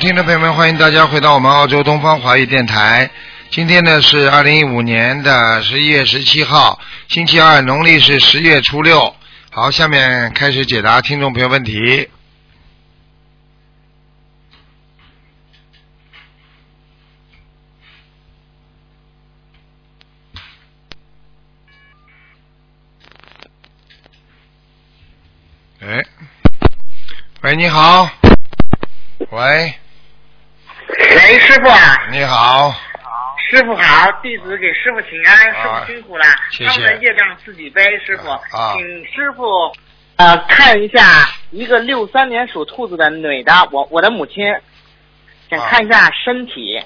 听众朋友们，欢迎大家回到我们澳洲东方华语电台。今天呢是二零一五年的十一月十七号，星期二，农历是十月初六。好，下面开始解答听众朋友问题。哎，喂，你好，喂，喂，师傅啊，你好，师傅好，弟子给师傅请安，师啊傅辛苦了，谢谢他们的业障自己背，师傅，啊请师傅呃看一下一个六三年属兔子的女的，我我的母亲，想啊看一下身体，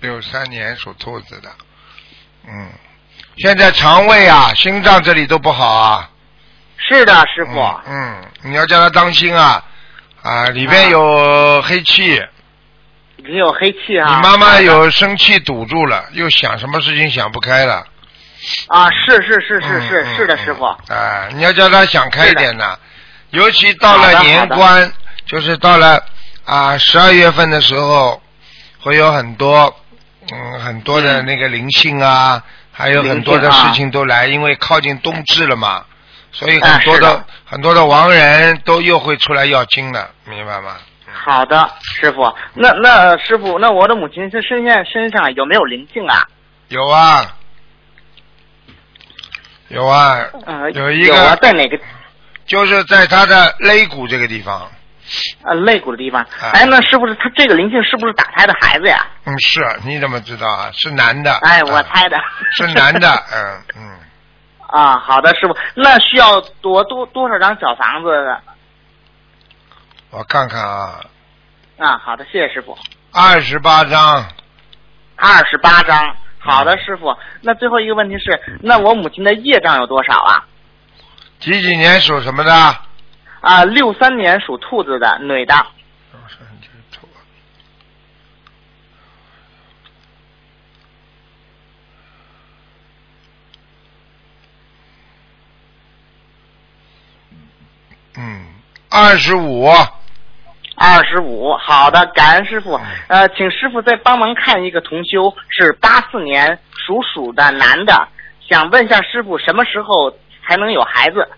六三年属兔子的，嗯，现在肠胃啊、心脏这里都不好啊，是的，师傅，嗯，嗯你要叫他当心啊，啊，里边有黑气，已经有黑气你啊，妈妈有生气堵住了，又想什么事情想不开了，啊，是是是是是、嗯是的，嗯师傅，啊，你要叫他想开一点呐、尤其到好的了好的年关，就是到了啊十二月份的时候，会有很多嗯很多的那个灵性啊，还有很多的灵性啊事情都来，因为靠近冬至了嘛，所以很啊多是的,、的很多的亡人都又会出来要经了，明白吗？好的，师傅，那那师傅，那我的母亲是身上身上有没有灵性啊？有啊，有啊，呃，有一个啊，在哪个就是在他的肋骨这个地方，呃肋骨的地方。啊哎，那是不是他这个灵性是不是打胎的孩子呀？嗯，是你怎么知道啊？是男的。哎，我啊猜的。是男 的，嗯嗯，啊，好的，师傅，那需要多多多少张小房子的？我看看啊，啊，好的，谢谢师傅。二十八章，二十八张，好的，师傅。那最后一个问题是，那我母亲的业障有多少啊？几几年属什么的？啊，六三年属兔子的女的，嗯，二十五，二十五。好的，感恩师嗯傅。呃，请师傅再帮忙看一个同修，是八四年属鼠的男的，想问一下师傅什么时候才能有孩子？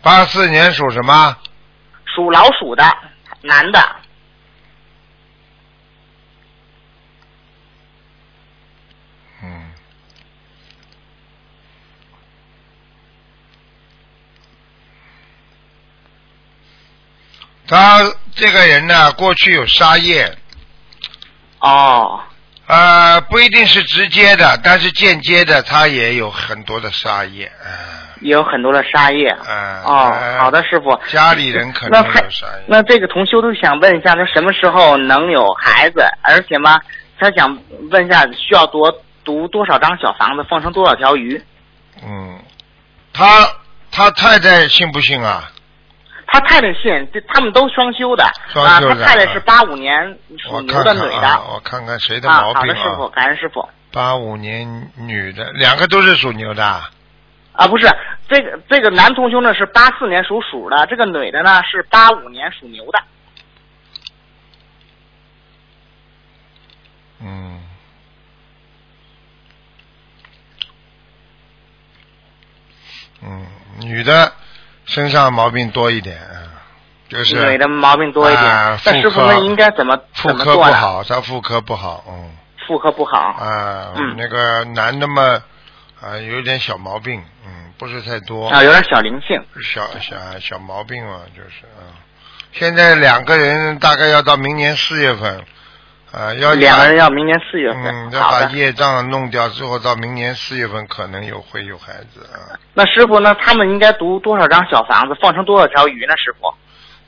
八四年属什么？属老鼠的男的，嗯，他这个人呢，过去有杀业，哦，呃，不一定是直接的，但是间接的，他也有很多的杀业，啊、也有很多的沙业。啊哦，好的，师傅。家里人可那能还有杀业。那这个同修都想问一下，他什么时候能有孩子？而且嘛，他想问一下，需要多读多少张小房子，放生多少条鱼？嗯，他他太太信不信啊？他太太信，这他们都双修的双啊。修他的太太是啊八五年属我牛看的看女的啊，我看看谁的啊毛好病的，师傅，啊？感恩师傅。八五年女的，两个都是属牛的啊。啊，不是这个这个男同修呢是八四年属鼠的，这个女的呢是八五年属牛的。嗯。嗯，女的身上毛病多一点，啊就是女的毛病多一点。啊那妇师傅科那应该怎么妇怎么科不做呢？啊好，她妇科不好，嗯妇科不好。啊，嗯那个男的嘛，啊，有点小毛病，嗯，不是太多啊，有点小灵性。小小小毛病嘛，就是啊。现在两个人大概要到明年四月份，啊，要两个把人要明年四月份。嗯，要好把的。业障弄掉之后，到明年四月份可能有会有孩子啊。那师傅呢？他们应该读多少张小房子，放成多少条鱼呢？师傅？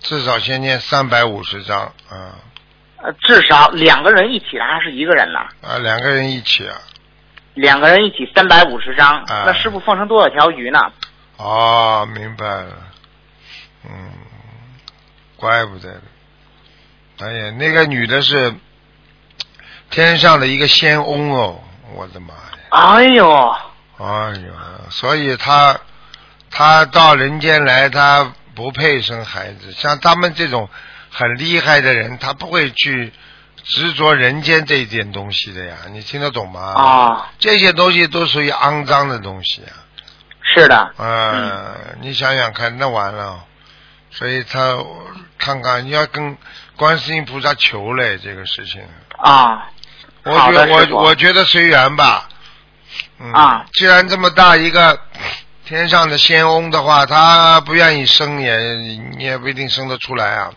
至少先念三百五十章啊呃，至少两个人一起的，还是一个人呢？啊，两个人一起啊。两个人一起三百五十张。啊那师傅放成多少条鱼呢？哦，明白了。嗯，怪不得。哎呀，那个女的是天上的一个仙翁哦，我的妈呀！哎呦，哎呦，所以他他到人间来，他不配生孩子。像他们这种很厉害的人，他不会去执着人间这一点东西的呀，你听得懂吗？哦，这些东西都属于肮脏的东西啊。是的，嗯呃，你想想看，那完了，所以他看看你要跟观世音菩萨求嘞这个事情，啊、我好觉的师我傅我觉得随缘吧。嗯、啊，既然这么大一个天上的仙翁的话，他不愿意生也你也不一定生得出来啊。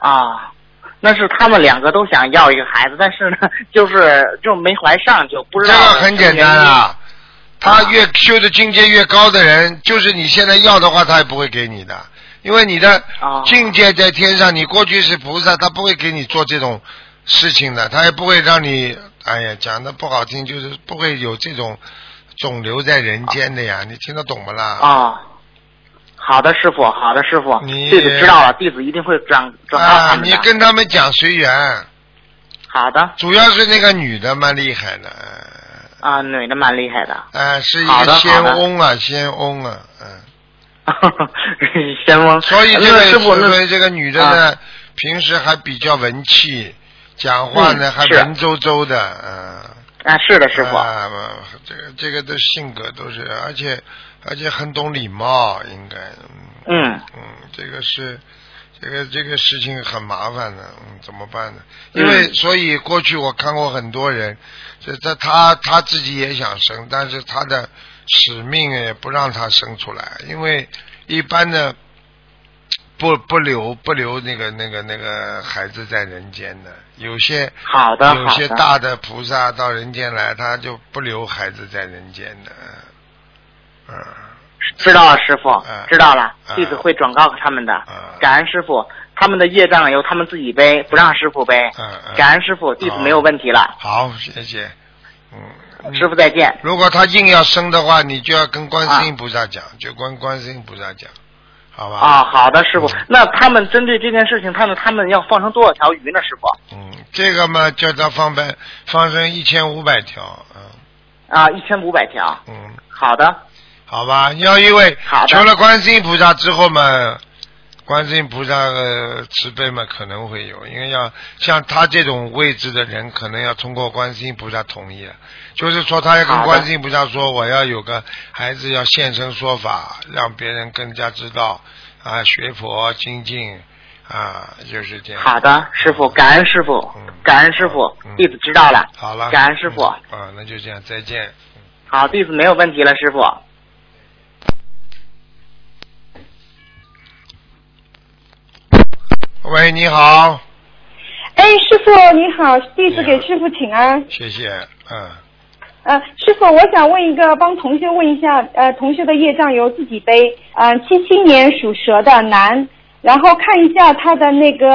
啊，那是他们两个都想要一个孩子，但是呢，就是就是没怀上，就不知这道个很简单啊，他越修的境界越高的人，就是你现在要的话，他也不会给你的，因为你的哦境界在天上，你过去是菩萨，他不会给你做这种事情的，他也不会让你，哎呀，讲的不好听，就是不会有这种肿瘤在人间的呀，你听得懂不啦？啊。好的，师傅，好的，师傅，你弟子知道了，弟子一定会转转告他啊，们的。你跟他们讲随缘，好的主要是那个女的蛮厉害的，啊，女的蛮厉害的，呃，是一好个的仙好的翁啊，仙翁啊，嗯。先翁。所以这嗯那个师傅，所那啊以这个女的呢，平时还比较文气，讲话呢、嗯还是文绉绉的，嗯、啊，是的，师傅，啊，这个这个的性格都是，而且而且很懂礼貌，应该，嗯嗯，嗯，这个是。这个这个事情很麻烦的，嗯，怎么办呢？嗯因为、所以过去我看过很多人，这这他他自己也想生，但是他的使命也不让他生出来，因为一般的不不留不留那个那个那个孩子在人间的，有些好的，有好些的，大的菩萨到人间来，他就不留孩子在人间的，嗯知道了，师傅嗯，知道了嗯，弟子会转告他们的嗯，感恩师傅，他们的业障由他们自己背，不让师傅背，嗯嗯，感恩师傅，弟子没有问题了，好，谢谢，嗯，师傅再见，如果他硬要生的话，你就要跟观世音菩萨讲，就跟观世音菩萨讲，好吧？啊，好的，师傅，嗯那他们针对这件事情，他们他们要放生多少条鱼呢，师傅？嗯，这个嘛，叫他放呗，放生一千五百条，嗯啊，一千五百条，嗯，好的，好吧？要因为好的求了观世音菩萨之后嘛，观世音菩萨呃慈悲嘛可能会有，因为要像他这种位置的人，可能要通过观世音菩萨同意了，就是说他要好跟的观世音菩萨说，我要有个孩子要现身说法，让别人更加知道啊学佛精进啊，就是这样。好的，师傅，感恩师傅嗯，感恩师傅嗯，弟子知道了，好了，感恩师傅嗯啊，那就这样，再见。好，弟子没有问题了，师傅。喂，你好，哎，师傅你好，弟你好子给师傅请安。谢谢，嗯，呃，师傅，我想问一个，帮同学问一下，呃，同学的业障由自己背。呃，七七年属蛇的男，然后看一下他的那个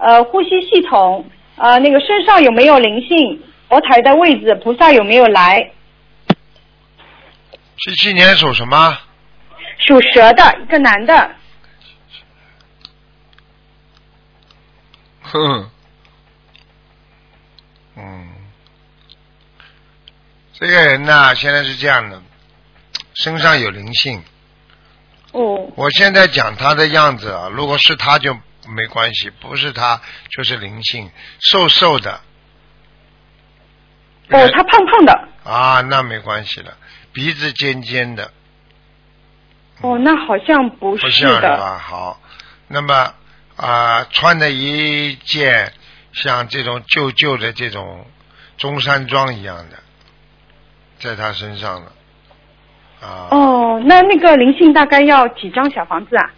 呃呼吸系统，呃，那个身上有没有灵性，佛台的位置，菩萨有没有来？七七年属什么？属蛇的一个男的，哼， 嗯，这个人呐，现在是这样的，身上有灵性。哦，我现在讲他的样子啊，如果是他就没关系，不是他就是灵性，瘦瘦的。哦，他胖胖的，啊，那没关系了，鼻子尖尖的，哦，那好像不不是像是的，吧？好，那么啊、穿的一件像这种旧旧的这种中山装一样的，在他身上了啊、哦，那那个灵性大概要几张小房子啊？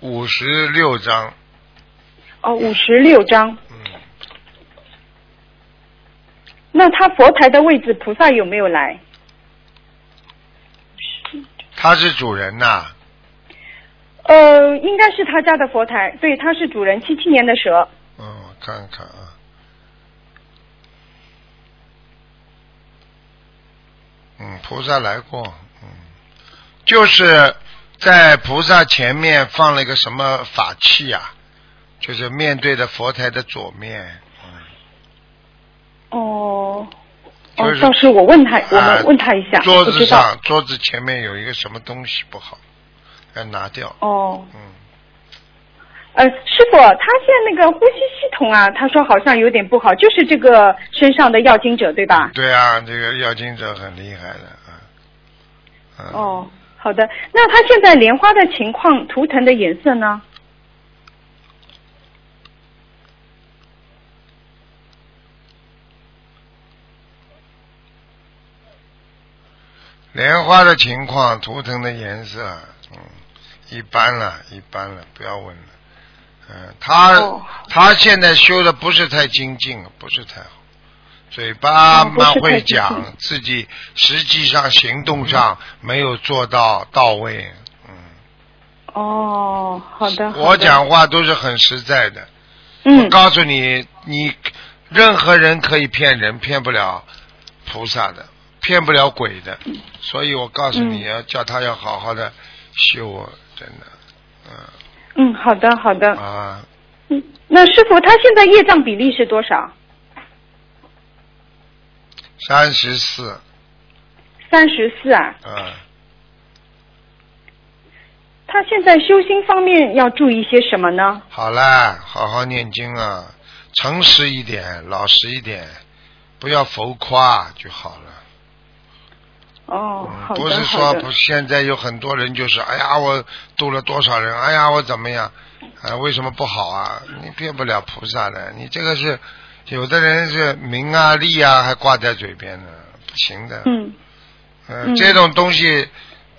五十六张，哦，五十六张。嗯，那他佛台的位置，菩萨有没有来？他是主人呐、呃，应该是他家的佛台，对，他是主人，七七年的蛇。嗯，我看看啊，嗯，菩萨来过，嗯，就是在菩萨前面放了一个什么法器啊，就是面对着佛台的左面，嗯哦，就哦是，到时候我问他，我啊们问他一下，桌不子知道。上桌子前面有一个什么东西不好，要拿掉，哦，嗯，呃，师傅，他现在那个呼吸系统啊，他说好像有点不好，就是这个身上的药精者，对吧？对啊，这个药精者很厉害的啊。嗯、哦，好的。那他现在莲花的情况，图腾的颜色呢？莲花的情况，图腾的颜色，嗯，一般了，一般了，不要问了。嗯，他、哦他现在修的不是太精进，不是太好，嘴巴哦不是蛮会太精讲，自己实际上行动上没有做到到位。嗯，哦，好的。好的我。讲话都是很实在的，嗯，告诉你，你任何人可以骗人，骗不了菩萨的，骗不了鬼的。所以我告诉你嗯要叫他要好好的修啊，真的，嗯嗯，好的，好的。啊，嗯，那师傅他现在业障比例是多少？三十四，三十四啊。嗯，他现在修心方面要注意些什么呢？好啦，好好念经啊，诚实一点，老实一点，不要浮夸就好了。哦，好的，不是说好的不，现在有很多人就是，哎呀，我度了多少人，哎呀，我怎么样，啊，为什么不好啊？你变不了菩萨的，你这个是，有的人是名啊利啊还挂在嘴边呢，不行的。嗯呃嗯这种东西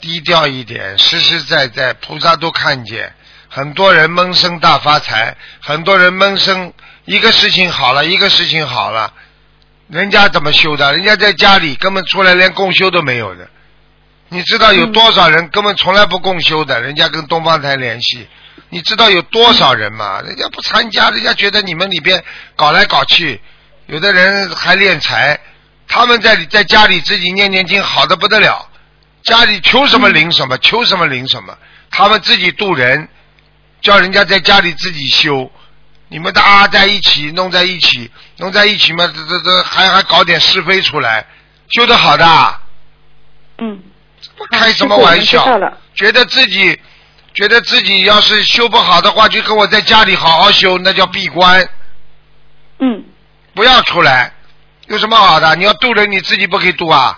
低调一点，实实在在，菩萨都看见。很多人闷声大发财，很多人闷声一个事情好了，一个事情好了，人家怎么修的？人家在家里根本出来连共修都没有的。你知道有嗯多少人根本从来不共修的？人家跟东方台联系，你知道有多少人吗？人家不参加，人家觉得你们里边搞来搞去，有的人还敛财，他们在里在家里自己念念经，好的不得了，家里求什么灵什么，求什么灵什么，他们自己渡人，叫人家在家里自己修，你们大家在一起弄在一起，弄在一起嘛，这这这还还搞点是非出来，修得好的啊，嗯，开什么师傅玩我们笑知道了？觉得自己觉得自己要是修不好的话，就跟我在家里好好修，那叫闭关。嗯不要出来，有什么好的？你要渡人，你自己不可以渡啊？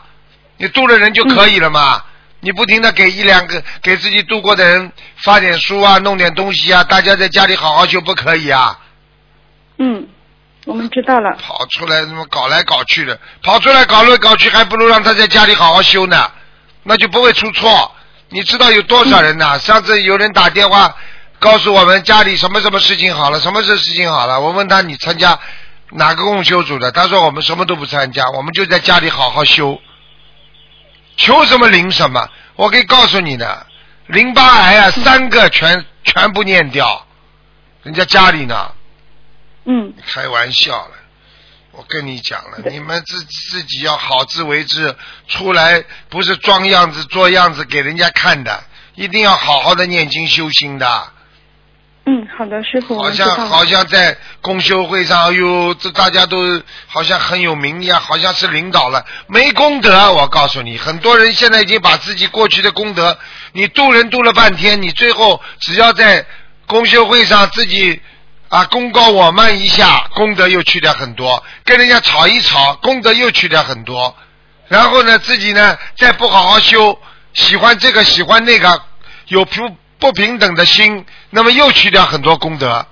你渡了人就可以了嗯嘛？你不停的给一两个给自己渡过的人发点书啊，弄点东西啊，大家在家里好好修，不可以啊？嗯，我们知道了。跑出来怎么搞来搞去的？跑出来搞来搞去，还不如让他在家里好好修呢，那就不会出错。你知道有多少人呐、上次有人打电话告诉我们家里什么什么事情好了，什么事事情好了。我问他你参加哪个共修组的？他说我们什么都不参加，我们就在家里好好修，求什么灵什么。我可以告诉你的，淋巴癌啊，三个全全部念掉，人家家里呢。嗯开玩笑了，我跟你讲了，对你们自自己要好自为之，出来不是装样子做样子给人家看的，一定要好好的念经修心的。嗯，好的，师傅，我好们知道像了。好像在公修会上，哎呦，这大家都好像很有名一样，好像是领导了，没功德。我告诉你，很多人现在已经把自己过去的功德，你渡人渡了半天，你最后只要在公修会上自己啊功高我慢一下，功德又去掉很多；跟人家吵一吵，功德又去掉很多。然后呢，自己呢再不好好修，喜欢这个喜欢那个，有不不平等的心，那么又去掉很多功德。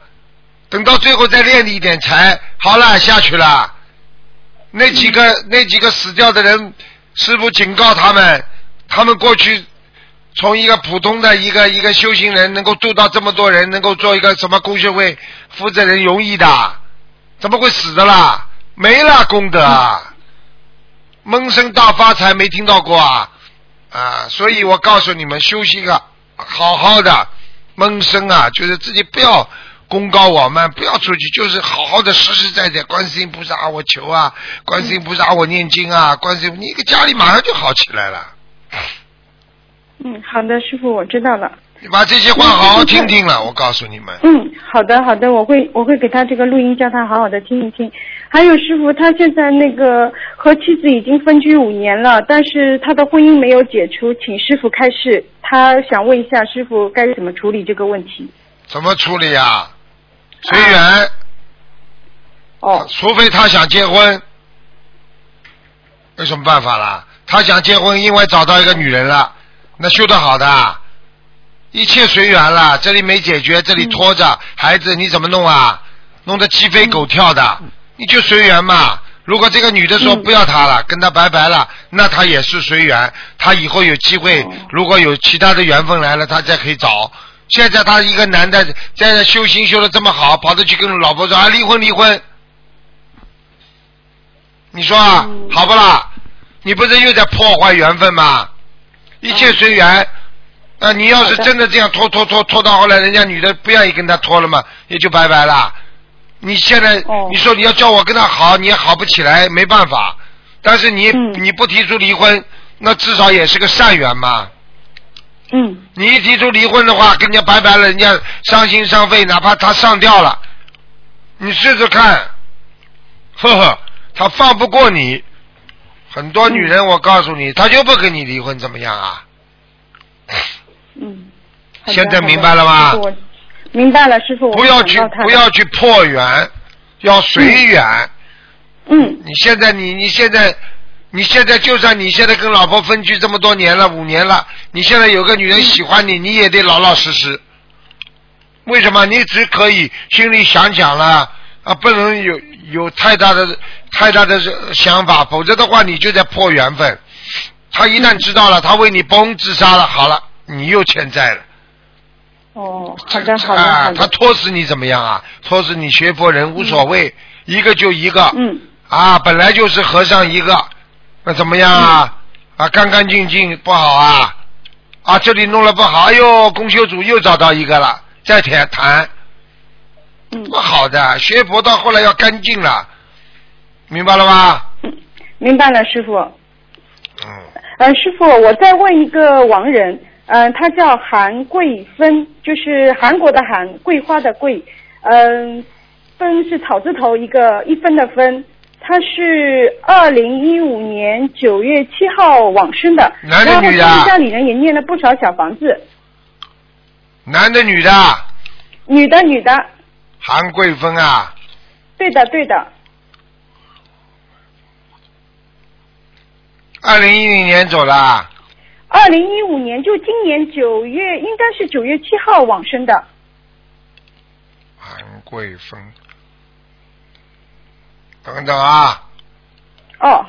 等到最后再练一点财，好了下去了。那几个、那几个死掉的人，师傅警告他们，他们过去从一个普通的一个一个修行人，能够度到这么多人，能够做一个什么工学会负责人，容易的，怎么会死的啦？没了功德啊！闷声大发财没听到过啊啊！所以我告诉你们，修行啊，好好的闷声啊，就是自己不要功高我慢，不要出去，就是好好的实实在在。观世音菩萨，我求啊！观世音菩萨，我念经啊！观世音，你一个家里马上就好起来了。嗯，好的，师傅，我知道了。你把这些话好好听听了，我告诉你们，嗯，好的，好的，我会我会给他这个录音，叫他好好的听一听。还有师傅，他现在那个和妻子已经分居五年了，但是他的婚姻没有解除，请师傅开示。他想问一下师傅该怎么处理这个问题。怎么处理啊？随缘，哦，除非他想结婚，有什么办法啦？他想结婚，因为找到一个女人了，那修得好的，啊一切随缘啦。这里没解决，这里拖着，孩子你怎么弄啊？弄得鸡飞狗跳的，你就随缘嘛。如果这个女的嗯说不要他了，跟他拜拜了，那他也是随缘。他以后有机哦会，如果有其他的缘分来了，他再可以找。现在他一个男的在那修行修的这么好，跑着去跟老婆说啊离婚离婚，你说啊嗯好不啦？你不是又在破坏缘分吗？一切随缘。啊，你要是嗯好的真的这样拖拖拖拖到后来，人家女的不愿意跟他拖了嘛，也就拜拜了。你现在、哦你说你要叫我跟他好，你也好不起来，没办法。但是你、嗯你不提出离婚，那至少也是个善缘嘛。嗯，你一提出离婚的话，跟人家拜拜了，人家伤心伤肺，哪怕他上吊了，你试试看，呵呵，他放不过你。很多女人，我告诉你，她就不跟你离婚，怎么样啊？嗯。好的现在好的明白了吗师傅我明白了，师傅。我不要去想到他了不要。去破缘，要随缘。嗯你现在你你现在你现在就算你现在跟老婆分居这么多年了，五年了，你现在有个女人喜欢嗯你，你也得老老实实。为什么？你只可以心里想想了啊，不能有有太大的太大的想法，否则的话你就在破缘分。他一旦知道嗯了，他为你崩自杀了，好了，你又欠债了。哦，好的好的啊好，的。他拖死你怎么样啊？拖死你学佛人无所谓，一个就一个。嗯啊，本来就是和尚一个，那怎么样啊？啊，干干净净不好啊！啊，这里弄了不好，哎呦，公修组又找到一个了，再谈谈嗯不，好的，学佛到后来要干净了，明白了吧？明白了，师傅。嗯，呃，师傅，我再问一个亡人，嗯、他叫韩桂芬，就是韩国的韩，桂花的桂，嗯、芬是草字头一个一分的芬，他是二零一五年九月七号往生的，男的然后女的啊他们家里人也念了不少小房子，男的女的，女的女的，韩桂芬啊，对的对的，二零一零年走了，二零一五年就今年九月应该是九月七号往生的，韩桂芬，等等啊，哦，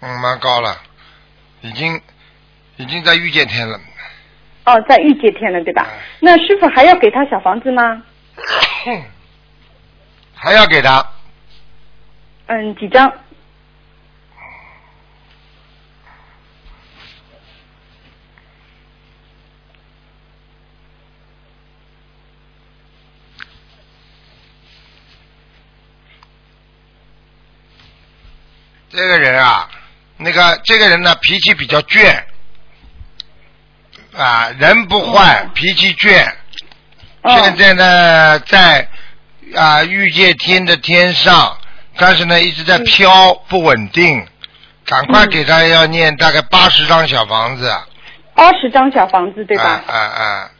嗯，蛮高了，已经已经在遇见天了。哦，在御界天了对吧？嗯那师傅还要给他小房子吗？ 还要给他嗯，几张？这个人啊，那个这个人呢，脾气比较倔啊，人不坏，嗯脾气倔。哦现在呢，在啊欲界天的天上，但是呢一直在飘，嗯不稳定。赶快给他要念大概八十张小房子，二十张小房子，对吧？啊啊啊！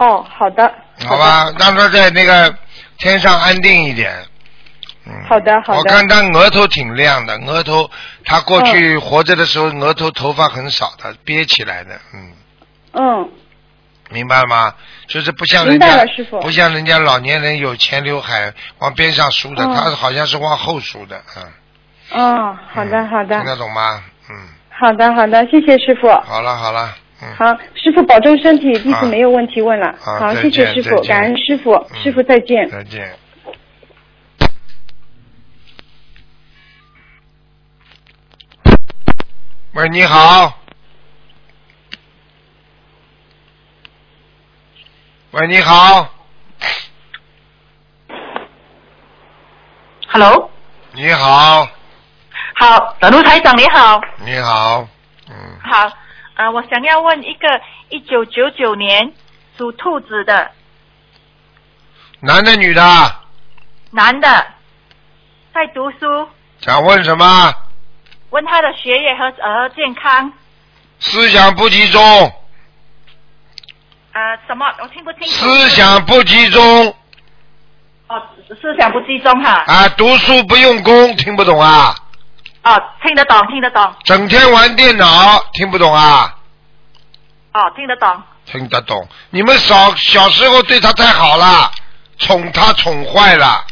哦，好的。好的吧，让他在那个天上安定一点。嗯，好的好的我看他额头挺亮的，额头他过去嗯活着的时候，额头头发很少的，憋起来的。嗯，嗯，明白了吗？就是不像人明白家了师，傅不像人家老年人有前刘海往边上梳的，嗯他好像是往后梳的。嗯，哦，好的，嗯好的听，得懂吗？嗯，好的，好的，谢谢师傅。好了好了，嗯，好，师傅保重身体，弟好子没有问题问了。嗯好好，再谢谢见师傅再，见感恩师傅，嗯师傅再见。再见。喂，你好。喂，你好， Hello，你好，好，卢台长你好，你好，嗯，好，呃，我想要问一个一九九九年属兔子的男的女的？男的，在读书，想问什么？问他的学业和和健康。思想不集中，呃，什么？我听不清楚。思想不集中哦，思想不集中哈。啊，读书不用功，听不懂啊？哦，听得懂，听得懂。整天玩电脑，听不懂啊？哦，听得懂。听得懂？你们小小时候对他太好了，宠他宠坏了，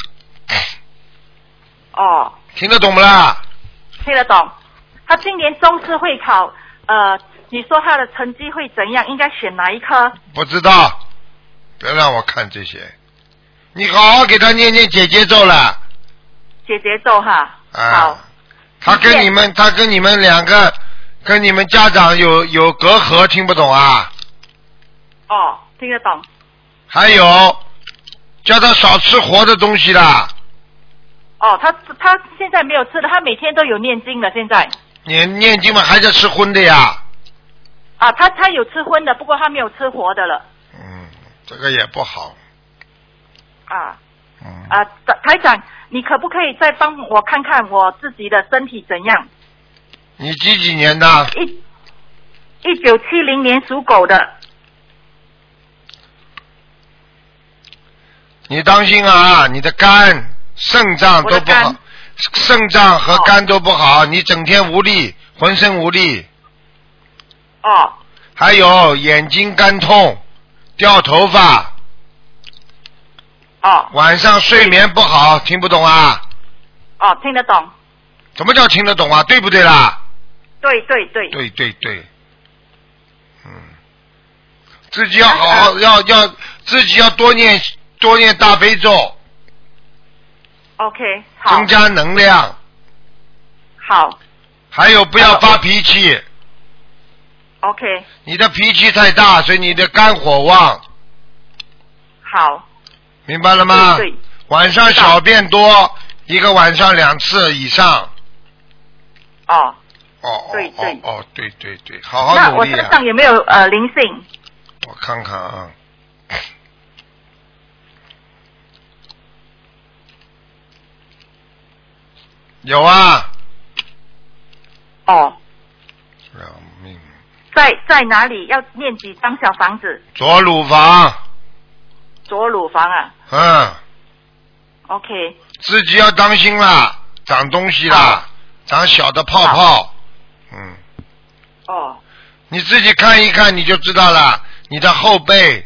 哦，听得懂不啦？听得懂。他今年中试会考，呃，你说他的成绩会怎样？应该选哪一科？不知道，别让我看这些。你好好给他念念姐姐咒了姐姐咒哈。啊好。！他跟你们，他跟你们两个，跟你们家长有有隔阂，听不懂啊？哦，听得懂。还有，叫他少吃活的东西啦。哦，他他现在没有吃的，他每天都有念经的。现在你念经嘛，还在吃荤的呀？啊，他他有吃荤的，不过他没有吃活的了。嗯，这个也不好。啊嗯，啊，台台长，你可不可以再帮我看看我自己的身体怎样？你几几年的？一一九七零年属狗的，你当心啊，你的肝、肾脏都不我好的肝，肾脏和肝都不好，你整天无力，浑身无力，哦还有眼睛干痛、掉头发，哦晚上睡眠不好，听不懂啊？哦，听得懂？什么叫听得懂啊？对不对啦？对对对，对对对，嗯，自己要好嗯好要要自己要多念多念大悲咒， o k 好增，加能量，好还有不要发脾气。 ，OK，你的脾气太大，所以你的肝火旺，好，明白了吗？对对晚上小便多，一个晚上两次以上。哦，哦哦对哦对哦，对对对，好那好努我力身啊！上有没有呃灵性？我看看啊，有啊，哦，要命！在在哪里？要念几张小房子？左乳房，左乳房啊嗯， ，OK，自己要当心啦，长东西啦好，长小的泡泡，嗯，哦你自己看一看你就知道了，你的后背、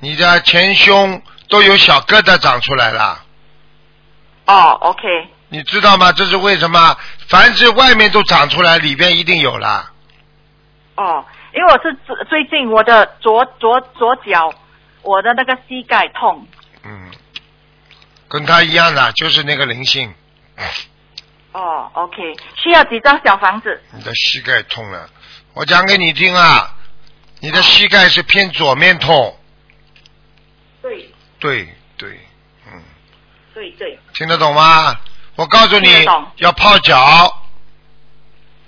你的前胸都有小疙瘩长出来了。哦，OK，你知道吗？这是为什么？凡是外面都长出来，里边一定有啦。哦，因为我是最最近我的左左左脚，我的那个膝盖痛，嗯，跟他一样的，就是那个灵性，哦，OK，需要几张小房子？你的膝盖痛了。我讲给你听啊，你的膝盖是偏左面痛，对对对，嗯，对对，听得懂吗？我告诉听你得懂，要泡脚，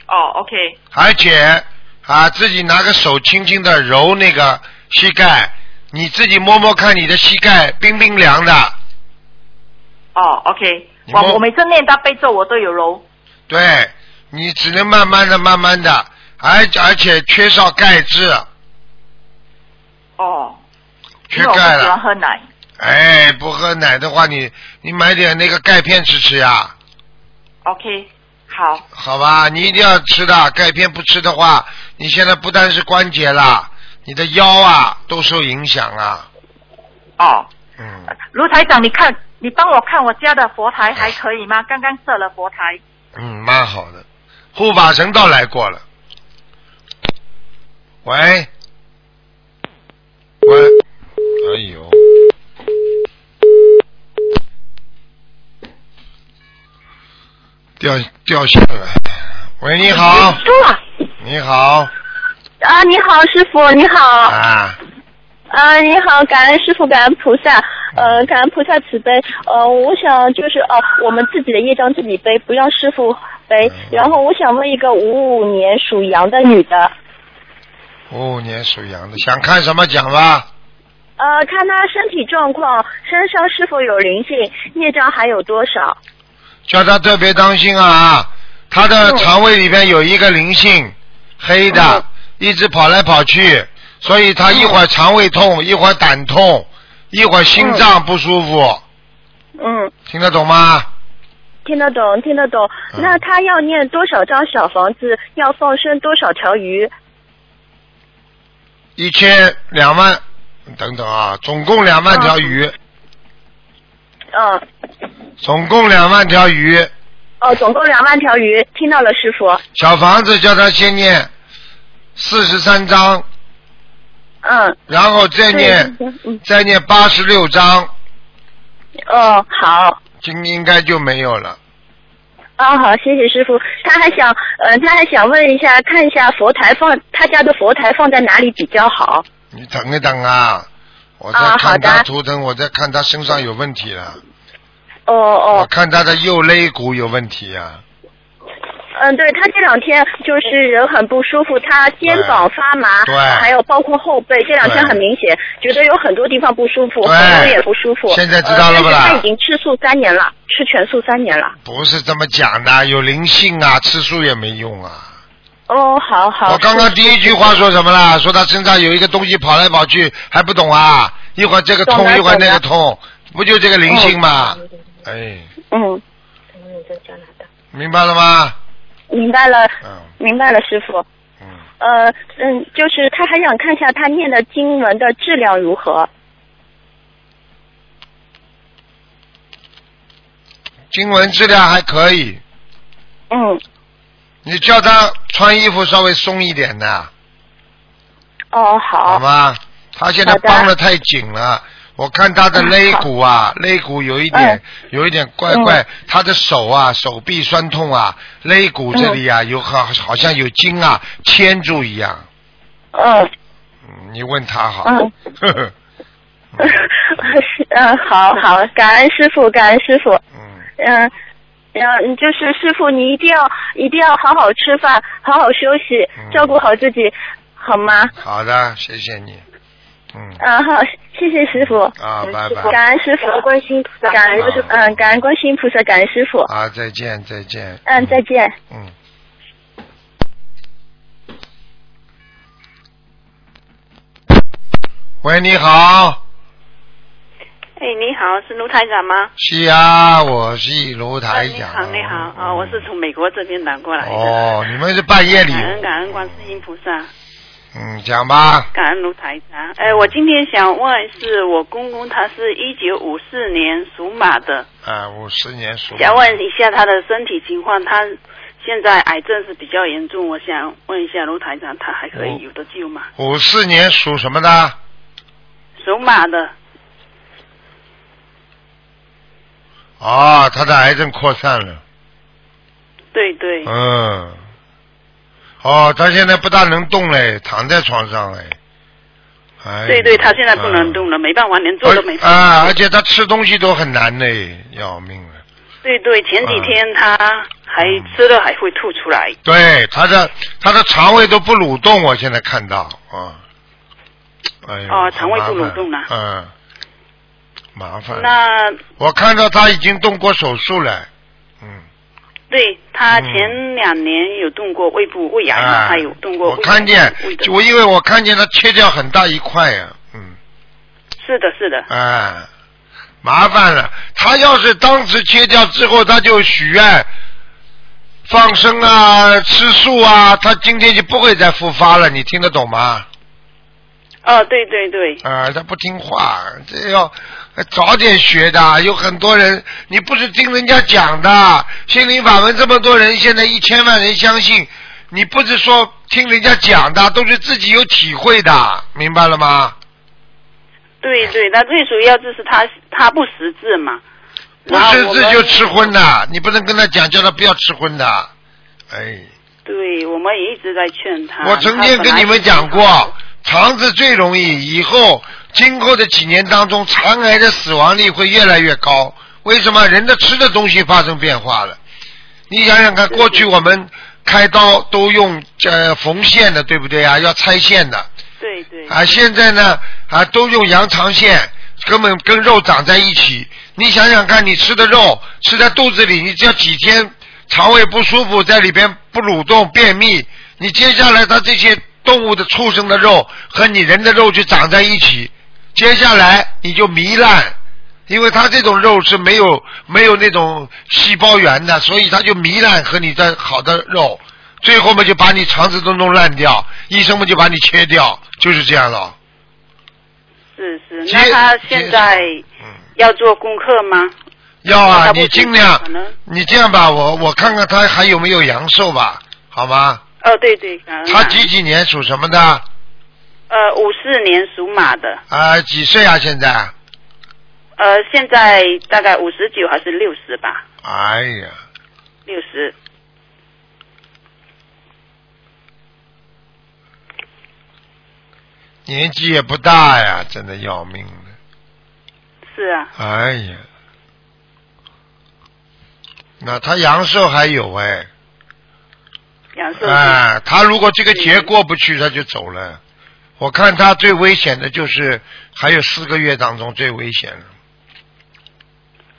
哦，OK，而且啊，自己拿个手轻轻的揉那个膝盖，你自己摸摸看，你的膝盖冰冰凉的，哦，OK，你摸我我每次念大悲咒我都有揉，对你只能慢慢的、慢慢的，而而且缺少钙质，哦，因缺为我不钙喜了欢。喝奶，哎，不喝奶的话，你你买点那个钙片吃吃呀， ，OK，好，好吧？你一定要吃的，钙片不吃的话，你现在不单是关节啦，你的腰啊都受影响啊。哦，嗯，卢台长，你看，你帮我看我家的佛台还可以吗？刚刚设了佛台，嗯，蛮好的。护法神倒来过了。喂，喂，哎呦，掉掉线了。喂，你好，嗯你好啊，你好，师傅，你好。啊，啊，你好，感恩师傅，感恩菩萨，嗯呃，感恩菩萨慈悲。呃，我想就是呃哦、我们自己的业障自己背，不让师傅背嗯。然后我想问一个五五年属羊的女的，哦五五年属羊的，想看什么讲吧？呃，看他身体状况，身上是否有灵性，业障还有多少？叫他特别当心啊！他的肠胃里边有一个灵性，黑的，一直跑来跑去，所以他一会儿肠胃痛，一会儿胆痛，一会儿心脏不舒服，嗯，听得懂吗？听得懂，听得懂。嗯那他要念多少张小房子？要放生多少条鱼？一千两万，等等啊，总共两万条鱼，嗯，总共两万条鱼。哦，总共两万条鱼。听到了，师傅。小房子叫他先念四十三章，嗯，然后再对念，嗯，再念八十六章，哦，好。就应该就没有了。啊、好，谢谢师傅。他还想，呃，他还想问一下，看一下佛台放他家的佛台放在哪里比较好？你等一等啊，我在啊好看的他图腾，我在看他身上有问题了，哦我哦，看他的右肋骨有问题啊，嗯，对他这两天就是人很不舒服，他肩膀发麻，对还有包括后背，这两天对很明显，觉得有很多地方不舒服，对喉咙也不舒服。现在知道了不啦呃但是他已经吃素三年了，吃全素三年了。不是这么讲的，有灵性啊，吃素也没用啊。哦，好好。我刚刚第一句话说什么啦？说他身上有一个东西跑来跑去，还不懂啊？一会儿这个懂哦痛，的一会儿那个懂的痛，不就这个灵性吗？哎，嗯，明白了吗？明白了，嗯明白了，师傅。嗯，呃，嗯，就是他还想看一下他念的经文的质量如何。经文质量还可以，嗯，你叫他穿衣服稍微松一点的，哦，好好，吗？他现在好的绷得太紧了，我看他的嗯肋骨啊，肋骨有一点有一点怪嗯怪，他的手啊，手臂酸痛啊，肋骨这里啊有好好像有筋啊牵住一样。嗯 嗯，你问他好。 嗯呵呵，是嗯，好好，感恩师傅，感恩师傅，嗯，嗯。嗯，就是师傅，你一定要一定要好好吃饭，好好休息，嗯照顾好自己，好吗？好的，谢谢你。嗯，嗯，好，谢谢师傅，啊，拜拜。感恩师傅，观世音菩萨感恩师父嗯，感恩观世音菩萨，感恩师傅，啊，再见，再见。嗯，再见。嗯。喂，你好，哎，你好，是卢台长吗？是啊，我是卢台你长。嗯好，你好，啊、我是从美国这边打过来的。嗯哦，你们是半夜里。感恩感恩观世音菩萨，嗯，讲吧。感恩卢台长。哎，我今天想问，是我公公，他是一九五四年属马的，啊，五十年属。想问一下他的身体情况，他现在癌症是比较严重，我想问一下卢台长，他还可以有得救吗？五四年属什么的？属马的，哦，他的癌症扩散了。对对，嗯，哦，他现在不大能动嘞，躺在床上嘞。哎，对对，他现在不能动了，了，没办法，连坐都没办法。啊，而且他吃东西都很难嘞，要命啊了。对对，前几天他还嗯吃了还会吐出来。对，他的他的肠胃都不蠕动，我现在看到啊。哎呦哦肠胃不好麻烦蠕动了嗯，麻烦。那我看到他已经动过手术了。嗯，对他嗯前两年有动过胃部胃癌嘛，啊，他有动过胃我癌看见胃，的就我因为我看见他切掉很大一块呀、嗯。是的，是的，哎，麻烦了。他要是当时切掉之后，他就许愿放生啊、吃素啊，他今天就不会再复发了。你听得懂吗？哦，对对对，啊、他不听话，这要早点学的。有很多人，你不是听人家讲的，心灵法门这么多人，现在一千万人相信，你不是说听人家讲的，都是自己有体会的，明白了吗？对对，他最主要就是他他不识字嘛， 不然后识啊我字们就吃荤的，你不能跟他讲，叫他不要吃荤的。哎，对，我们也一直在劝他。我曾经跟你们讲过，肠子最容易，以后今后的几年当中，肠癌的死亡率会越来越高。为什么？人的吃的东西发生变化了。你想想看，过去我们开刀都用呃缝线的，对不对啊？要拆线的。对对，啊，现在呢啊都用羊肠线，根本跟肉长在一起。你想想看，你吃的肉吃在肚子里，你只要几天肠胃不舒服，在里边不蠕动、便秘，你接下来它这些动物的畜生的肉和你人的肉就长在一起，接下来你就糜烂。因为它这种肉是没有没有那种细胞源的，所以它就糜烂和你的好的肉，最后嘛就把你肠子都弄烂掉，医生们就把你切掉，就是这样了。是是。接那他现在嗯，要做功课吗？要啊，那他不你尽量可能，你这样吧，我我看看他还有没有阳寿吧，好吗？哦，对对，感恩他感恩几几年属什么的？呃五四年属马的，啊，几岁啊？现在？呃，现在大概五十九还是六十吧？哎呀，六十。年纪也不大呀，真的要命了。是啊，哎呀，那他阳寿还有哎，阳寿 是。哎，他如果这个劫过不去，他就走了。我看他最危险的就是还有四个月当中最危险了。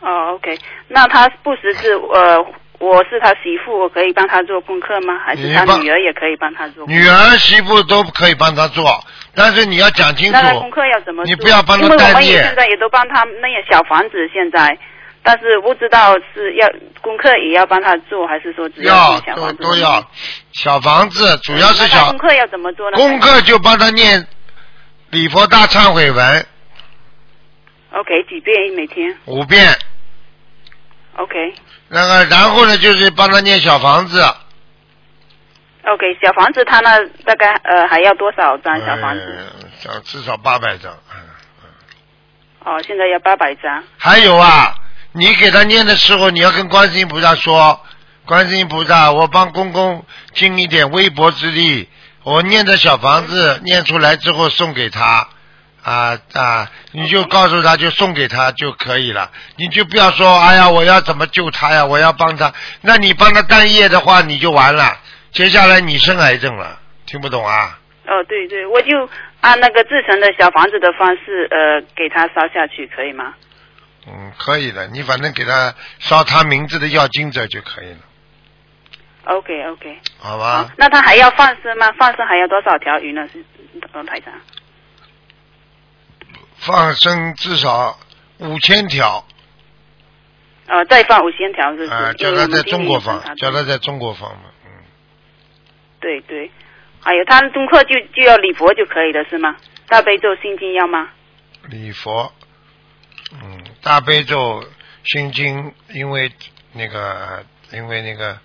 哦，OK，那他不识字，呃，我是他媳妇，我可以帮他做功课吗？还是你他帮女儿也可以帮他做功课？女儿、媳妇都可以帮他做，但是你要讲清楚那，他功课要怎么做？你不要帮他因为我担们也业现在也都帮他那些小房子现在，但是不知道是要功课也要帮他做，还是说只要做小都房子都要。小房子主要是那他小功课要怎么做呢？功课就帮他念礼佛大忏悔文 OK 几遍每天五遍， ？OK 那个然后呢就是帮他念小房子。 OK 小房子他那大概呃还要多少张小房子？呃，小至少八百张。嗯哦，现在要八百张。还有啊，你给他念的时候，你要跟观世音菩萨说：“观世音菩萨，我帮公公尽一点微薄之力，我念的小房子念出来之后送给他。”啊啊！你就告诉他，就送给他就可以了。你就不要说，哎呀，我要怎么救他呀？我要帮他。那你帮他担业的话，你就完了。接下来你生癌症了，听不懂啊？哦，对对，我就按那个制成的小房子的方式，呃，给他烧下去，可以吗？嗯，可以的，你反正给他烧他名字的要经者就可以了， OK OK，好好、吧？那他还要放生吗？放生还要多少条鱼呢？是罗台长？放生至少五千条，呃，再放五千条是不是？啊、因叫为我他们在今中年国也放是他，叫他在中国放嘛，嗯，对对，还有他们功课就就要礼佛就可以了是吗？大悲咒心经要吗？礼佛，嗯，大悲咒、心经，因为那个，因为那个，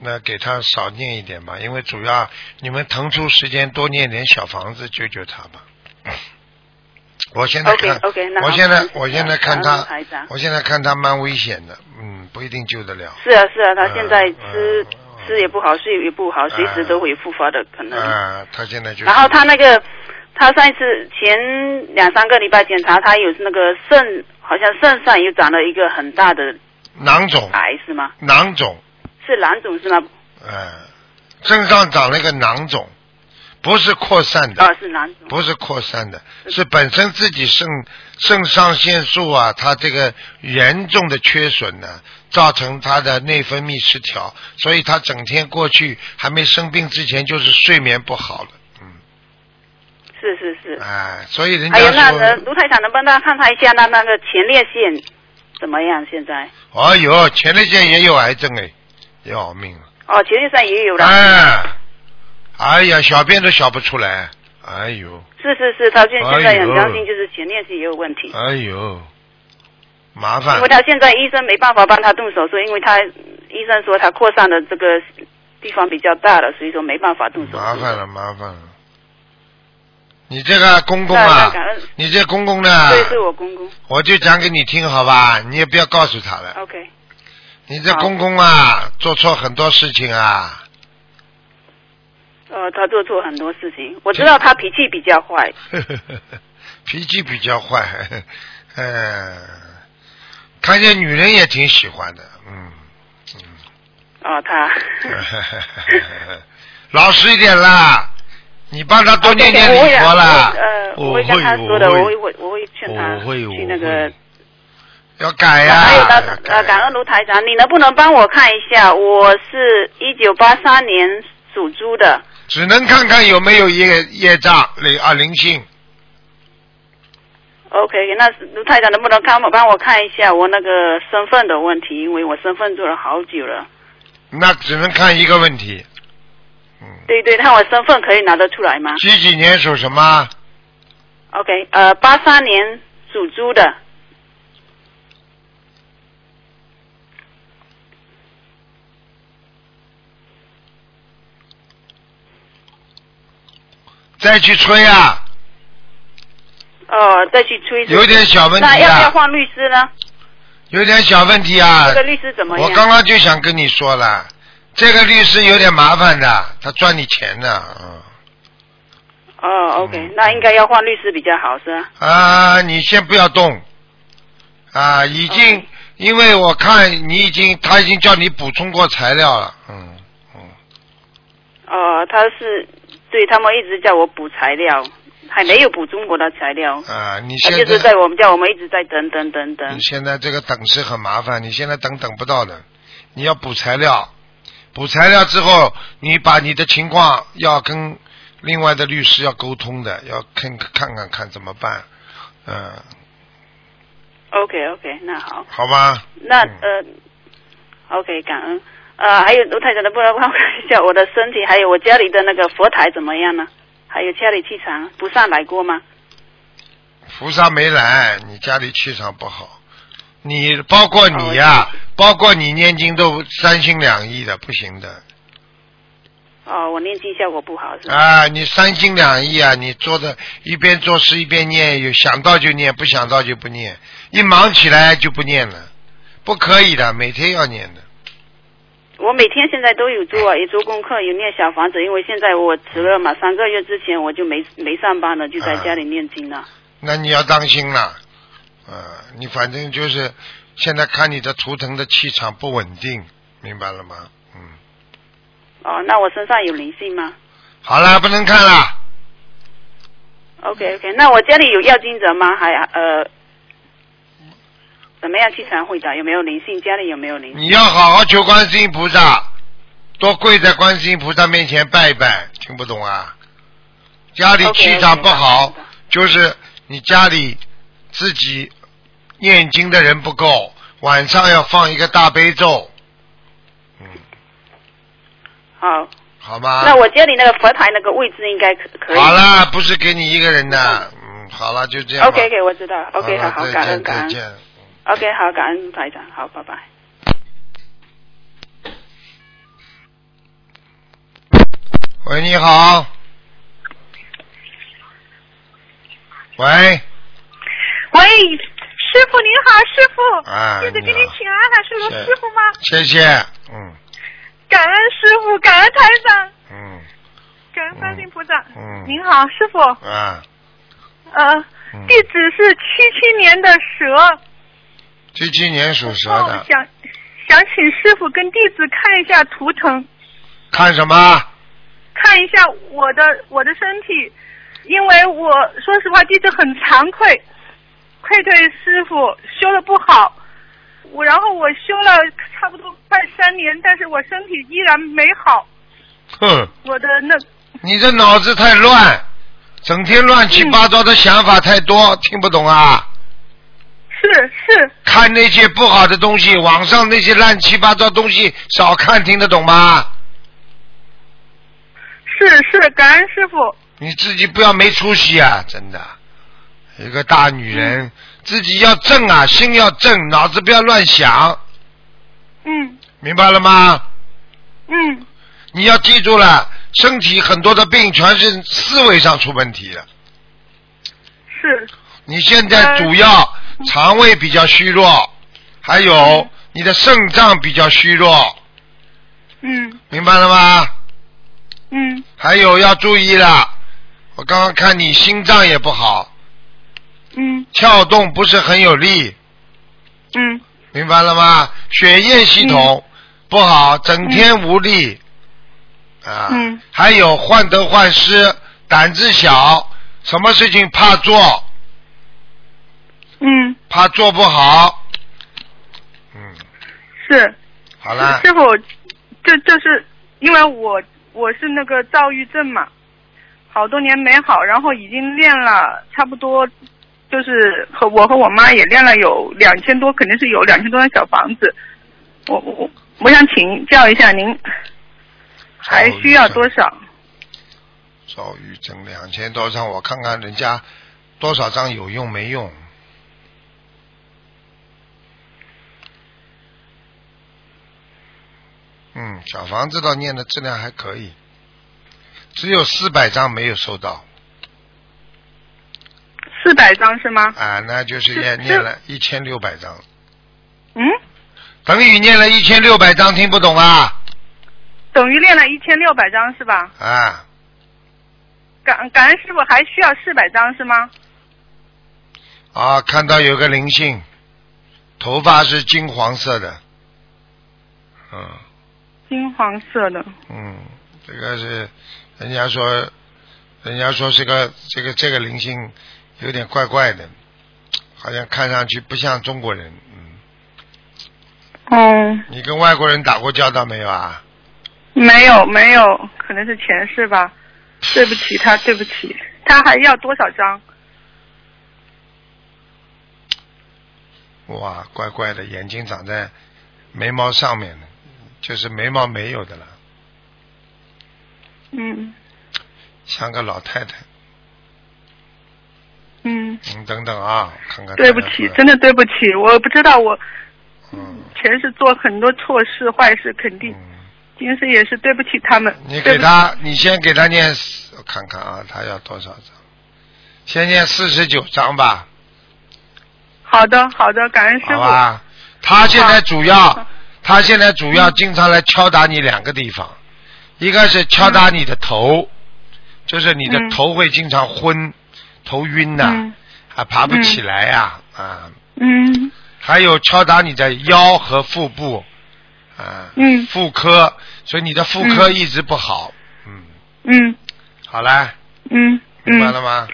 那给他少念一点吧，因为主要你们腾出时间多念点小房子救救他吧。我现在 OK，看 OK，那好嗯我现在我现在看感谢感他恩台长，我现在看他蛮危险的，嗯，不一定救得了。是啊是啊，他现在吃、嗯嗯吃也不好，睡也不好，随时都嗯会复发的可能。啊，他现在就是。然后他那个，他上一次前两三个礼拜检查，他有那个肾，好像肾上又长了一个很大的囊肿，癌，是吗？囊肿，是囊肿是吗？嗯，身上长了一个囊肿，不是扩散的，哦，是囊肿。不是扩散的，是本身自己肾肾上腺素啊，它这个严重的缺损呢、造成他的内分泌失调，所以他整天过去还没生病之前就是睡眠不好了，嗯，是是是。哎，所以人家还有那个说，卢台长能不能帮他看他一下那那个前列腺怎么样？现在哎呦，前列腺也有癌症哎，要命了。哦，前列腺也有了。哎，哎呀，小便都小不出来，哎呦，是是是，他现现哎在呦很担心，就是前列腺也有问题。哎呦，麻因烦为。他现在医生没办法帮他动手术，因为他医生说他扩散的这个地方比较大了，所以说没办法动手术。麻烦了，麻烦了。你这个公公那那啊感恩，你这公公呢，对，是我公公。我就讲给你听好吧，你也不要告诉他了。 OK，你这好公公啊，做错很多事情啊， 呃，他做错很多事情，我知道他脾气比较 坏，脾气比较坏， 嗯、看见女人也挺喜欢的，嗯。 啊、他老实一点啦，你帮他多念念我礼会佛啦。呃，啊我我会会，跟他说的，我我会会，我我会劝他我会，去我那个啊会。要改呀、还有到要改呃，感恩卢台长，你能不能帮我看一下？我是一九八三年属猪的，只能看看有没有业业障灵啊灵性。 OK，那是卢台长能不能帮我帮我看一下我那个身份的问题？因为我身份做了好久了。那只能看一个问题。嗯，对对，那我身份可以拿得出来吗几几年属什么？ ？OK，呃，八三年属猪的，再去吹啊，哦，再去催。有点小问题那要不要啊，换律师呢？有点小问题啊这。个律师怎么样？我刚刚就想跟你说了，这个律师有点麻烦的，他赚你钱的。嗯哦，OK，、嗯那应该要换律师比较好，是吧？啊，你先不要动。啊，已经 OK 因为我看你已经，他已经叫你补充过材料了。嗯嗯。哦，他是对他们一直叫我补材料，还没有补中国的材料，啊，你他现就是在在我们叫我们一直在等等等等你。现在这个等是很麻烦，你现在等等不到的，你要补材料，补材料之后，你把你的情况要跟另外的律师要沟通的，要看看看看怎么办，嗯， OK OK，那好。好吧，那嗯呃，OK，感恩。呃，还有卢太长能不能帮我看一下我的身体，还有我家里的那个佛台怎么样呢？还有家里气场不上来过吗？菩萨没来，你家里气场不好，你包括你呀、包括你念经都三心两意的，不行的哦，我念经效果不好是吧？啊，你三心两意啊，你做的一边做事一边念，有想到就念，不想到就不念，一忙起来就不念了，不可以的，每天要念的。我每天现在都有做，也做功课，有念小房子，因为现在我辞了嗯嘛，三个月之前我就没没上班了，就在家里念经啊了。那你要当心了，啊，你反正就是现在看你的图腾的气场不稳定，明白了吗？嗯，哦，那我身上有灵性吗好了，不能看了，嗯？OK OK，那我家里有要经者吗？还呃，怎么样气场会长有没有灵性？家里有没有灵性？你要好好求观世音菩萨，多跪在观世音菩萨面前拜一拜，听不懂啊？家里 OK，气场不好。明白明白就是你家里自己念经的人不够，晚上要放一个大悲咒，嗯，好，好吗？那我家里那个佛台那个位置应该可可以。啊好啦，不是给你一个人的，嗯，好了，就这样吧。 OK OK，我知道了。OK，好了好，再感见恩再感恩。见。 OK，好，感恩台长，好，拜拜。喂，你好。喂，喂，师傅您好，师傅，啊，弟子给你您好请安，还是是卢师傅吗？谢谢，嗯感恩师傅，感恩台长，嗯感恩观世音菩萨。嗯您好，师傅，啊，呃，嗯弟子是七七年的蛇，这七年属蛇哦的，想想请师傅跟弟子看一下图腾，看什么？看一下我的我的身体，因为我说实话，弟子很惭愧，愧对师傅修的不好。我然后我修了差不多快三年，但是我身体依然没好。哼。我的那你这脑子太乱，整天乱七八糟的想法太多，听不懂啊！是是看那些不好的东西，网上那些乱七八糟东西少看，听得懂吗？是是，感恩师傅。你自己不要没出息啊！真的，一个大女人、自己要正啊，心要正，脑子不要乱想，嗯明白了吗？嗯，你要记住了，身体很多的病全是思维上出问题了。是你现在主要肠胃比较虚弱，还有你的肾脏比较虚弱，嗯明白了吗？嗯还有要注意了，我刚刚看你心脏也不好，嗯跳动不是很有力，嗯明白了吗？血液系统不好，整天无力啊嗯，还有患得患失，胆子小，什么事情怕做，嗯，怕做不好。嗯，是。好了，师傅，这就是因为我我是那个躁郁症嘛，好多年没好，然后已经练了差不多，就是和我和我妈也练了有两千多，肯定是有两千多张小房子。我我我想请教一下您，还需要多少？赵玉珍两千多张，我看看人家多少张有用没用。嗯，小房子倒念的质量还可以，只有四百张没有收到，四百张是吗？啊，那就是是念是念了一千六百张，嗯，等于念了一千六百张，听不懂啊？等于练了一千六百张是吧？啊，感感恩师傅还需要四百张是吗？啊，看到有个灵性，头发是金黄色的，嗯金黄色的，嗯，这个是人家说，人家说这个这个这个灵性有点怪怪的，好像看上去不像中国人，嗯，哦，你跟外国人打过交道没有啊？没有没有，可能是前世吧。对不起他，对不起，他还要多少张？哇，怪怪的，眼睛长在眉毛上面的，就是眉毛没有的了，嗯像个老太太。嗯，你等等啊，看看。对不起，真的对不起，我不知道我嗯。前世做很多错事坏事，肯定嗯今世也是对不起他们。你对给不起他，你先给他念四，我看看啊，他要多少张？先念四十九张吧，好的好的，感恩师好啊傅。吧？他现在主要好，嗯他现在主要经常来敲打你两个地方，一个是敲打你的头，就是你的嗯头会经常昏、头晕呐、嗯啊，爬不起来呀、啊，嗯还有敲打你的腰和腹部，啊，嗯妇科，所以你的妇科嗯一直不好，嗯，嗯好啦，嗯明白嗯了，吗？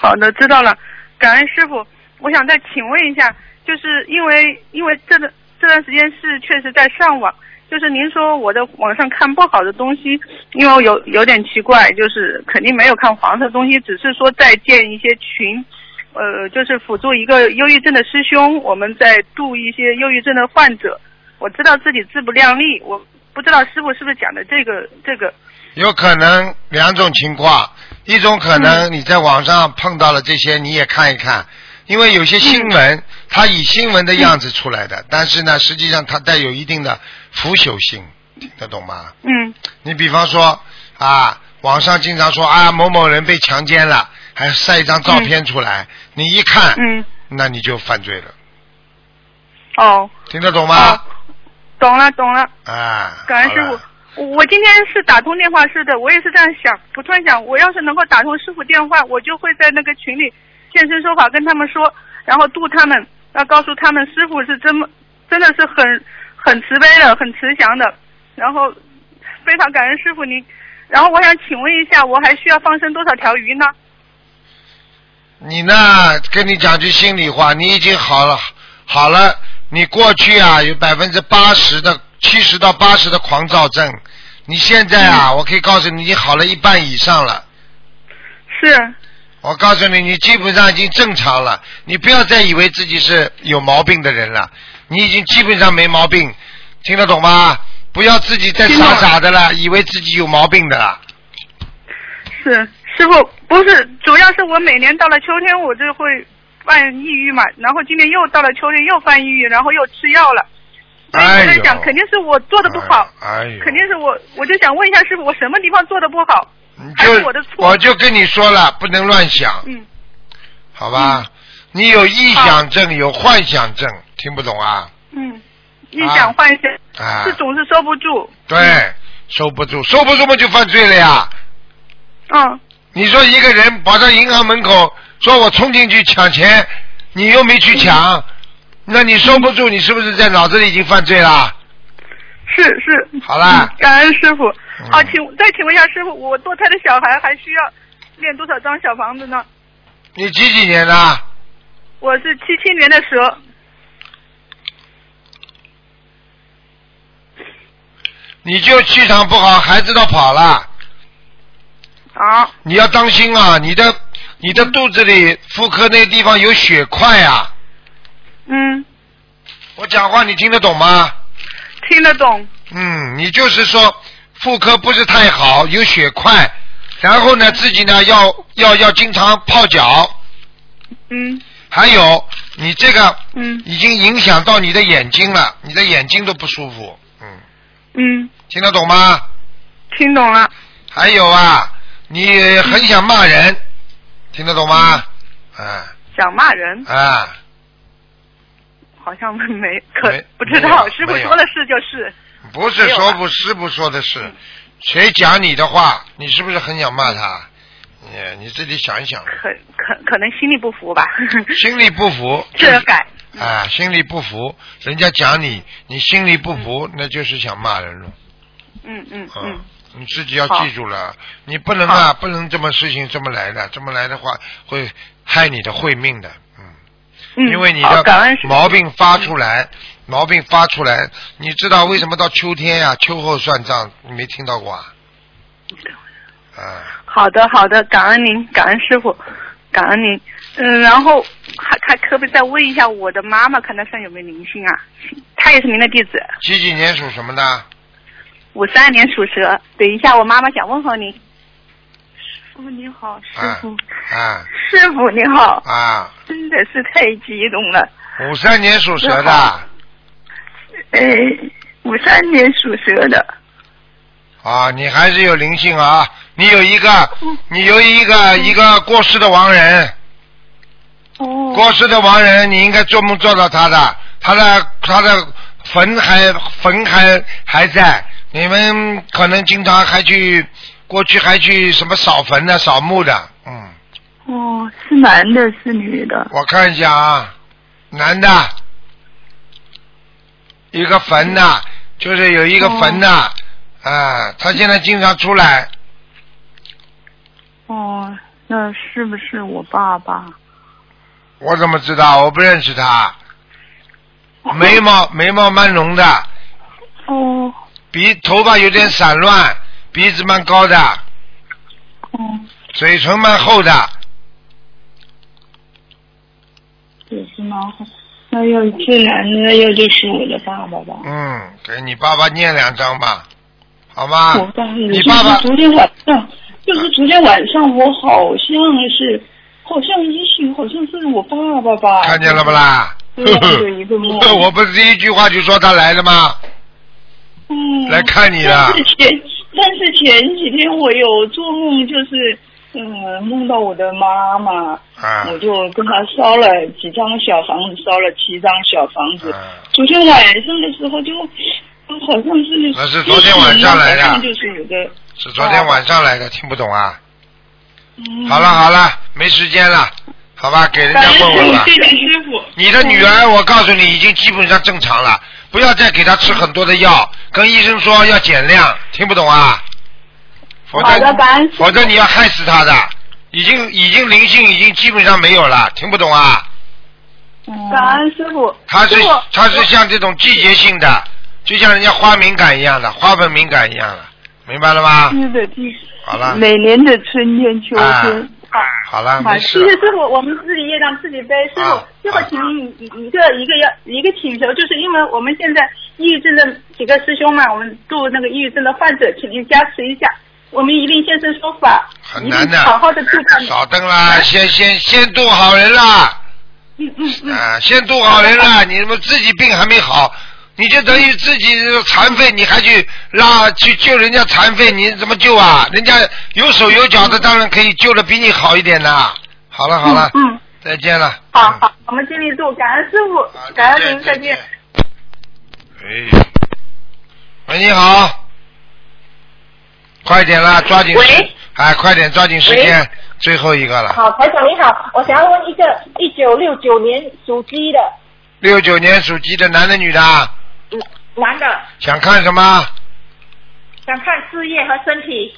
好的，知道了。感恩师傅，我想再请问一下，就是因为因为这段这段时间是确实在上网，就是您说我在网上看不好的东西，因为我有有点奇怪，就是肯定没有看黄色东西，只是说在建一些群。呃，就是辅助一个忧郁症的师兄，我们在度一些忧郁症的患者。我知道自己自不量力，我不知道师傅是不是讲的这个这个。有可能两种情况，一种可嗯能你在网上碰到了这些，你也看一看，因为有些新嗯闻、它以新闻的样子出来的，但是呢，实际上它带有一定的腐朽性，听得懂吗？嗯你比方说啊，网上经常说啊某某人被强奸了，还晒一张照片出来，你一看，嗯，那你就犯罪了，哦，听得懂哦吗？懂了懂了。啊，感恩好师了傅。我我今天是打通电话是的，我也是这样想。我突然想，我要是能够打通师傅电话，我就会在那个群里现身说法，跟他们说，然后度他们，要告诉他们师傅是真的真的是很很慈悲的，很慈祥的，然后非常感恩师傅您。然后我想请问一下，我还需要放生多少条鱼呢？你呢？跟你讲句心里话，你已经好了，好了。你过去啊，有百分之八十的、七十到八十的狂躁症，你现在啊，嗯我可以告诉你，你好了一半以上了。是，我告诉你，你基本上已经正常了。你不要再以为自己是有毛病的人了，你已经基本上没毛病，听得懂吗？不要自己再听懂傻傻的了，以为自己有毛病的了。是师傅，不是，主要是我每年到了秋天我就会犯抑郁嘛，然后今年又到了秋天又犯抑郁，然后又吃药了，所以哎我在呦想，肯定是我做的不好，哎呦，肯定是我，我就想问一下师傅，我什么地方做的不好？你还是就我的错我就跟你说了，不能乱想。嗯，好吧？你有臆想症，有幻想症，听不懂啊？嗯，一想幻想，啊是，总是收不住，对，收不住，收不住嘛就犯罪了呀。嗯，你说一个人跑到银行门口，说我冲进去抢钱，你又没去抢，那你收不住，你是不是在脑子里已经犯罪了？是是，好啦嗯感恩师傅。啊，请再请问一下师傅，我堕胎的小孩还需要练多少张小房子呢？你几几年的？我是七七年的蛇，你就气场不好，孩子都跑了。啊，你要当心啊！你的你的肚子里妇科那个地方有血块啊！嗯，我讲话你听得懂吗？听得懂，嗯，你就是说妇科不是太好，有血块，然后呢自己呢要要要经常泡脚，嗯还有你这个嗯已经影响到你的眼睛了，你的眼睛都不舒服，嗯，嗯，听得懂吗？听懂了，还有啊，你很想骂人，听得懂吗？啊想骂人啊，好像没可没不知没道有，师傅没有说的是就是，不是没有说啊不是不说的是，谁讲你的话，你是不是很想骂他？你你自己想一想，可可可能心里不服吧， 心里不服，这要改，啊，心里不服，人家讲你，你心里不服，那就是想骂人了。嗯嗯啊嗯，你自己要好记住了，你不能啊，不能这么事情这么来的，这么来的话会害你的慧命的，嗯，嗯，因为你好的感恩师毛病发出来，毛病发出来，你知道为什么到秋天呀、秋后算账，你没听到过啊？啊，好的，好的，感恩您，感恩师傅，感恩您。嗯，然后还还可不可以再问一下我的妈妈，看她身上有没有灵性啊？她也是您的弟子，几几年属什么的？啊五三年属蛇。等一下，我妈妈想问候您。师傅你好，师啊傅，啊师傅你好，啊，真的是太激动了。五三年属蛇那好的。哎，五三年属蛇的，啊，你还是有灵性啊！你有一个，你有一个一个过世的亡人，哦，过世的亡人，你应该做梦做到他的，他的他的坟还坟还还在，你们可能经常还去，过去还去什么扫坟的、扫墓的，嗯，哦，是男的，是女的？我看一下啊，男的，一个坟呐，就是有一个坟呐，啊，他现在经常出来，哦，那是不是我爸爸？我怎么知道？我不认识他。眉 毛眉毛蛮浓的，哦，鼻头发有点散乱，鼻子蛮高的，哦，嘴唇蛮厚的，也是吗？那要是男的，要就是我的爸爸吧。嗯，给你爸爸念两张吧，好吗？我告诉啊你你，就爸爸是昨天晚上，就是昨天晚上，我好像是，好像也许好像是我爸爸吧。看见了不？啦？对啊有一个梦 我不是第一句话就说他来了吗？嗯。来看你了但是前，但是前几天我有做梦，就是嗯，梦到我的妈妈，啊我就跟她烧了几张小房子，烧了七张小房子。啊昨天晚上的时候就。好像是那是昨天晚上来的好像就是有个是昨天晚上来的，听不懂啊？嗯好了好了，没时间了，好吧，给人家感问恩问吧。师傅，谢谢师傅。你的女儿，我告诉你，已经基本上正常了，不要再给她吃很多的药，跟医生说要减量，听不懂啊？否好的感恩则师父否则你要害死她的，已经已经灵性已经基本上没有了，听不懂啊？感恩师傅。她是师傅她是像这种季节性的，就像人家花敏感一样的，花粉敏感一样的，明白了吗？是的，是好了，嗯每年的春天、秋啊天。好了，好，啊没谢谢事，师傅，我们自己业障自己背。师啊傅，师傅啊，请一个一个要一个请求，就是因为我们现在抑郁症的几个师兄嘛，我们度那个抑郁症的患者，请您加持一下。我们一定现身说法，很一难定的好好的度他们。少登啦，先先先渡好人啦。嗯嗯嗯，啊，先渡好人了，你们自己病还没好，你就等于自己残废，你还去拉去救人家残废，你怎么救啊？人家有手有脚的，当然可以救的比你好一点的。好了好了，嗯，再见了。好好，我们尽力做，感恩师好傅，感恩您，再再见见。。哎，喂，你好，快点啦，抓紧时喂，哎，快点抓紧时间，最后一个了。好，台长你好，我想要问一个一九六九年属鸡的六九年属鸡的男的女的啊，嗯男的，想看什么？想看事业和身体。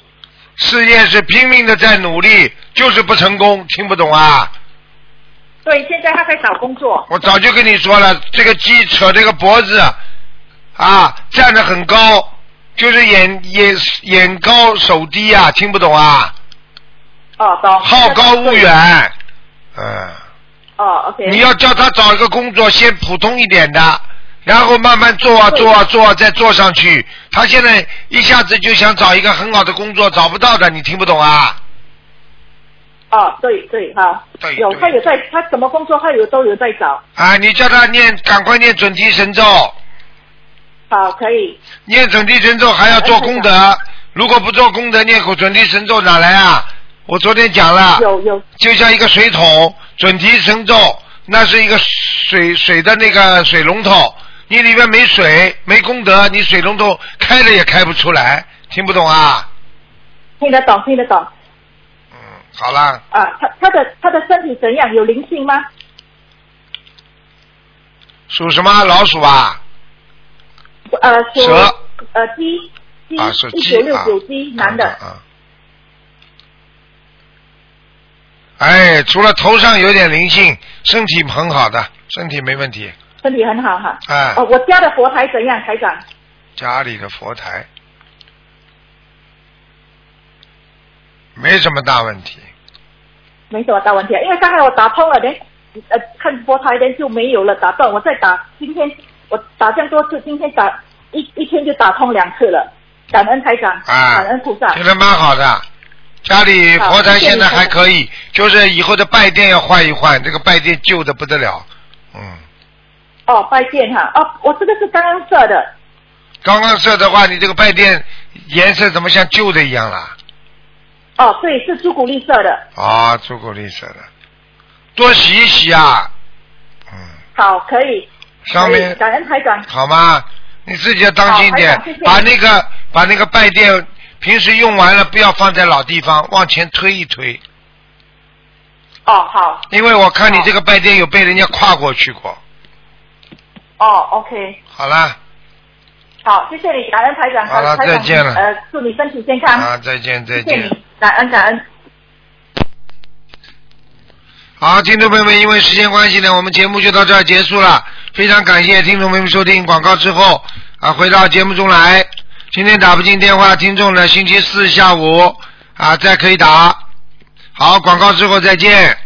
事业是拼命的在努力，就是不成功，听不懂啊？对，现在他在找工作。我早就跟你说了，这个鸡扯这个脖子啊，站得很高，就是眼眼眼高手低啊，听不懂啊？哦，懂。好高骛远，嗯、哦，OK。你要叫他找一个工作，先普通一点的，然后慢慢做啊做啊做啊，再做上去。他现在一下子就想找一个很好的工作，找不到的，你听不懂啊？哦，对对哈，对有他有在，他什么工作他有都有在找。啊，你叫他念，赶快念准提神咒，好，可以。念准提神咒还要做功德。如果不做功德，念口准提神咒哪来啊？我昨天讲了，嗯有有。就像一个水桶，准提神咒那是一个水水的那个水龙头，你里面没水没功德，你水龙头开了也开不出来，听不懂啊？嗯听得懂，听得懂好了，啊！他他的他的身体怎样？有灵性吗？属什么老鼠啊？呃，属蛇呃鸡鸡啊是一鸡九六啊九鸡男的啊。哎，除了头上有点灵性，身体很好的，身体没问题。身体很好哈。哎，哦，我家的佛台怎样，台长？家里的佛台没什么大问题。没什么大问题，啊因为刚才我打通了，连呃看佛台连就没有了，打断我再打，今天我打这样多次，今天打一一天就打通两次了，感恩台长，啊感恩菩萨，觉得蛮好的。家里佛台现在还可以，就是以后的拜殿要换一换，这个拜殿旧的不得了。嗯，哦，拜见哈，哦，我这个是刚刚设的，刚刚设的话，你这个拜殿颜色怎么像旧的一样啦？哦，对，是朱古力设的，啊，朱古力色的，多洗一洗啊，好，可以，上可以面感恩台长，好吗？你自己要当心一点好台长谢，谢把那个把那个拜垫平时用完了不要放在老地方，往前推一推，哦，好，因为我看你这个拜垫有被人家跨过去过。哦，OK，好啦，好，谢谢你，感恩台长，好了台长再见了呃，祝你身体健嗯康，啊，再见再谢谢见。你，感恩感恩，好，听众朋友们，因为时间关系呢，我们节目就到这儿结束了。非常感谢听众朋友们收听广告之后啊，回到节目中来。今天打不进电话，听众呢，星期四下午啊再可以打。好，广告之后再见。